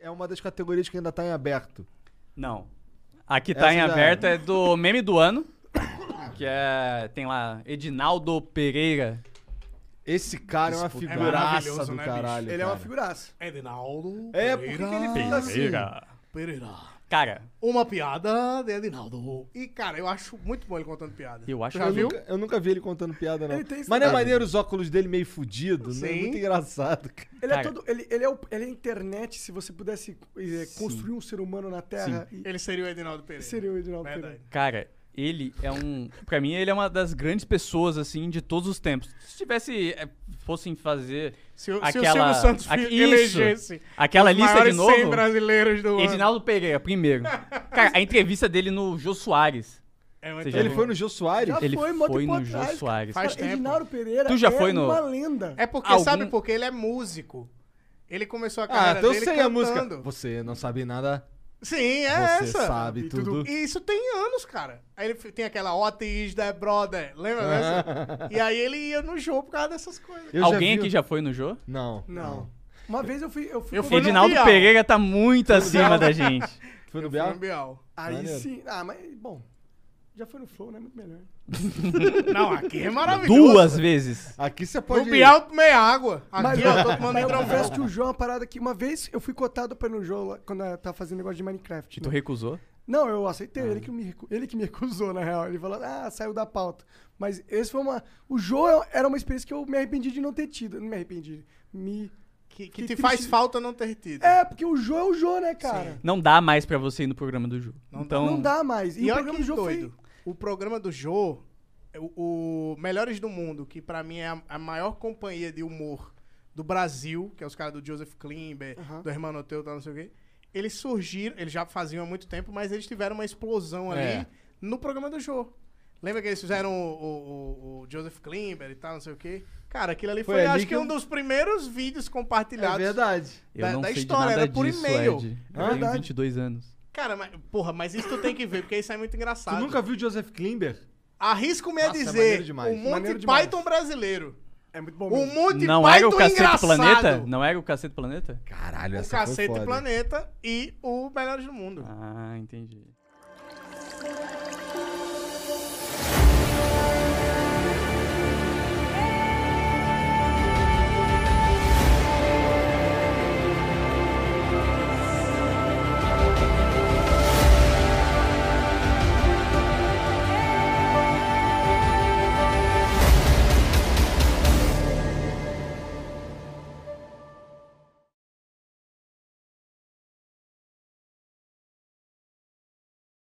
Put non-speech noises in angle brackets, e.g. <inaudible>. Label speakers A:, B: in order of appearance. A: é uma das categorias que ainda tá em aberto.
B: Não. A que tá
A: Essa
B: em
A: já
B: aberto é do meme do ano. <coughs> Que é. Tem lá, Edinaldo Pereira.
A: Esse cara é uma
C: Disputa.
A: figuraça
C: É
A: do
C: maravilhoso, né, bicho?
A: caralho.
D: Ele é uma
A: cara.
D: figuraça.
C: Edinaldo.
A: É, por que que ele fez assim?
C: Pereira.
B: Cara,
C: Uma piada de Edinaldo. E, cara, eu acho muito bom ele contando piada.
B: eu acho
C: Já
A: Eu
C: viu?
A: nunca, eu nunca vi ele contando piada, não.
D: Ele tem esse
A: Mas não é
D: cara.
A: maneiro os óculos dele meio fudido? Né? É
C: Sim.
A: muito engraçado, cara.
D: Ele é
B: Cara.
D: todo. Ele, ele é o, ele é a internet. Se você pudesse eh, construir um ser humano na Terra, e-
C: Ele seria o Edinaldo Pereira.
D: seria o Edinaldo
C: Verdade.
D: Pereira.
B: Cara, ele é um. Pra mim, ele é uma das grandes pessoas, assim, de todos os tempos. Se tivesse. é, fossem fazer.
C: Se, o- se
B: Aquela-
C: o Silvio Santos
B: aqui-
C: fi-
B: isso.
C: elegesse
B: Aquela
C: os
B: lista de
C: maiores 100
B: novo.
C: brasileiros do ano.
B: Edinaldo Pereira, primeiro. Cara, a entrevista dele no Jô Soares.
C: É o
B: Você
A: Ele
B: já
C: Edinaldo.
B: viu?
A: foi no Jô Soares?
D: Já
B: Ele
D: foi,
B: foi,
D: mó tempo
B: no Jô
D: atrás,
B: Soares.
C: cara. Faz tempo.
D: Edinaldo Pereira
B: Tu já
D: é
B: foi no-
D: uma lenda.
C: É porque,
B: Algum-
C: sabe por quê? Ele é músico. Ele começou a
A: Ah,
C: carreira
A: então eu
C: dele
A: sei a
C: cantando.
A: música. Você não sabe nada,
C: Sim, é
A: você
C: essa.
A: sabe
D: E
A: tudo.
D: tudo.
C: E isso tem anos, cara. Aí ele f- tem aquela What is that, brother? Lembra dessa? e aí ele ia no show por causa dessas coisas.
A: Eu
B: Alguém
A: vi-
B: aqui já foi no Jô?
A: Não.
D: Não. Uma vez eu fui. Eu fui
C: Eu
D: com-
C: fui no
B: Edinaldo
C: Bial.
B: Pereira tá muito acima da gente. <laughs>
A: Foi no
C: Eu fui
A: Bial?
C: no Bial.
D: Aí
A: Maneiro.
D: sim. Ah, mas, bom. Já foi no Flow, né? Muito melhor.
C: Não, aqui é maravilhoso.
B: Duas vezes.
A: Aqui você pode
C: No Bial, meia água.
D: Mas,
C: Aqui, ó, tô tomando
D: mas eu
C: hidromel.
D: confesso que o João é uma parada que uma vez eu fui cotado pra ir no João lá, quando eu tava fazendo negócio de Minecraft.
B: E tu
D: né?
B: recusou?
D: Não, eu
C: Ah.
D: aceitei, ele, que me, recu- ele que me recusou, na real. Ele falou, ah, saiu da pauta. Mas esse foi uma. O João era uma experiência que eu me arrependi de não ter tido. Não me arrependi. Me.
C: Que, que
D: Que
C: te
D: triste.
C: faz falta não ter tido.
D: É, porque o João é o João, né, cara?
B: Não dá mais pra você ir no programa do Jô. então,
D: Não dá mais. E,
C: E olha
D: o programa
C: que
D: do João
C: doido.
D: foi.
C: O programa do Jô, é o, o Melhores do Mundo, que pra mim é a, a maior companhia de humor do Brasil, que é os caras do Joseph Klimber,
D: Aham.
C: do Hermano Teu, tal, não sei o quê. Eles surgiram, eles já faziam há muito tempo, mas eles tiveram uma explosão ali
B: É.
C: no programa do Jô. Lembra que eles fizeram o, o- o- o Joseph Klimber e tal, não sei o quê? Cara, aquilo ali
A: Foi
C: foi,
A: ali
C: acho que,
A: que
C: um dos primeiros vídeos
A: É
C: compartilhados.
A: verdade.
B: eu
C: da-
B: não
C: da
B: sei
C: história,
B: de nada
C: era por
B: disso,
C: e-mail.
B: Ed.
A: É
B: Eu tenho
A: verdade.
B: 22 anos.
C: Cara, mas, porra, mas isso tu tem que ver, porque isso é muito
A: Tu
C: engraçado.
A: nunca viu Joseph Klimber?
C: Arrisco-me a
A: Nossa, é maneiro
C: dizer,
A: demais.
C: o Monty
D: Maneiro demais.
C: Python brasileiro.
D: É muito bom.
C: O
D: mesmo.
C: Monty
B: Não
C: Python
B: era o Cacete
C: engraçado.
B: Planeta? Não era o Cacete Planeta?
A: Caralho,
C: O
A: essa foi
C: Cacete
A: foda.
C: Planeta e o Melhores do Mundo.
B: Ah, entendi.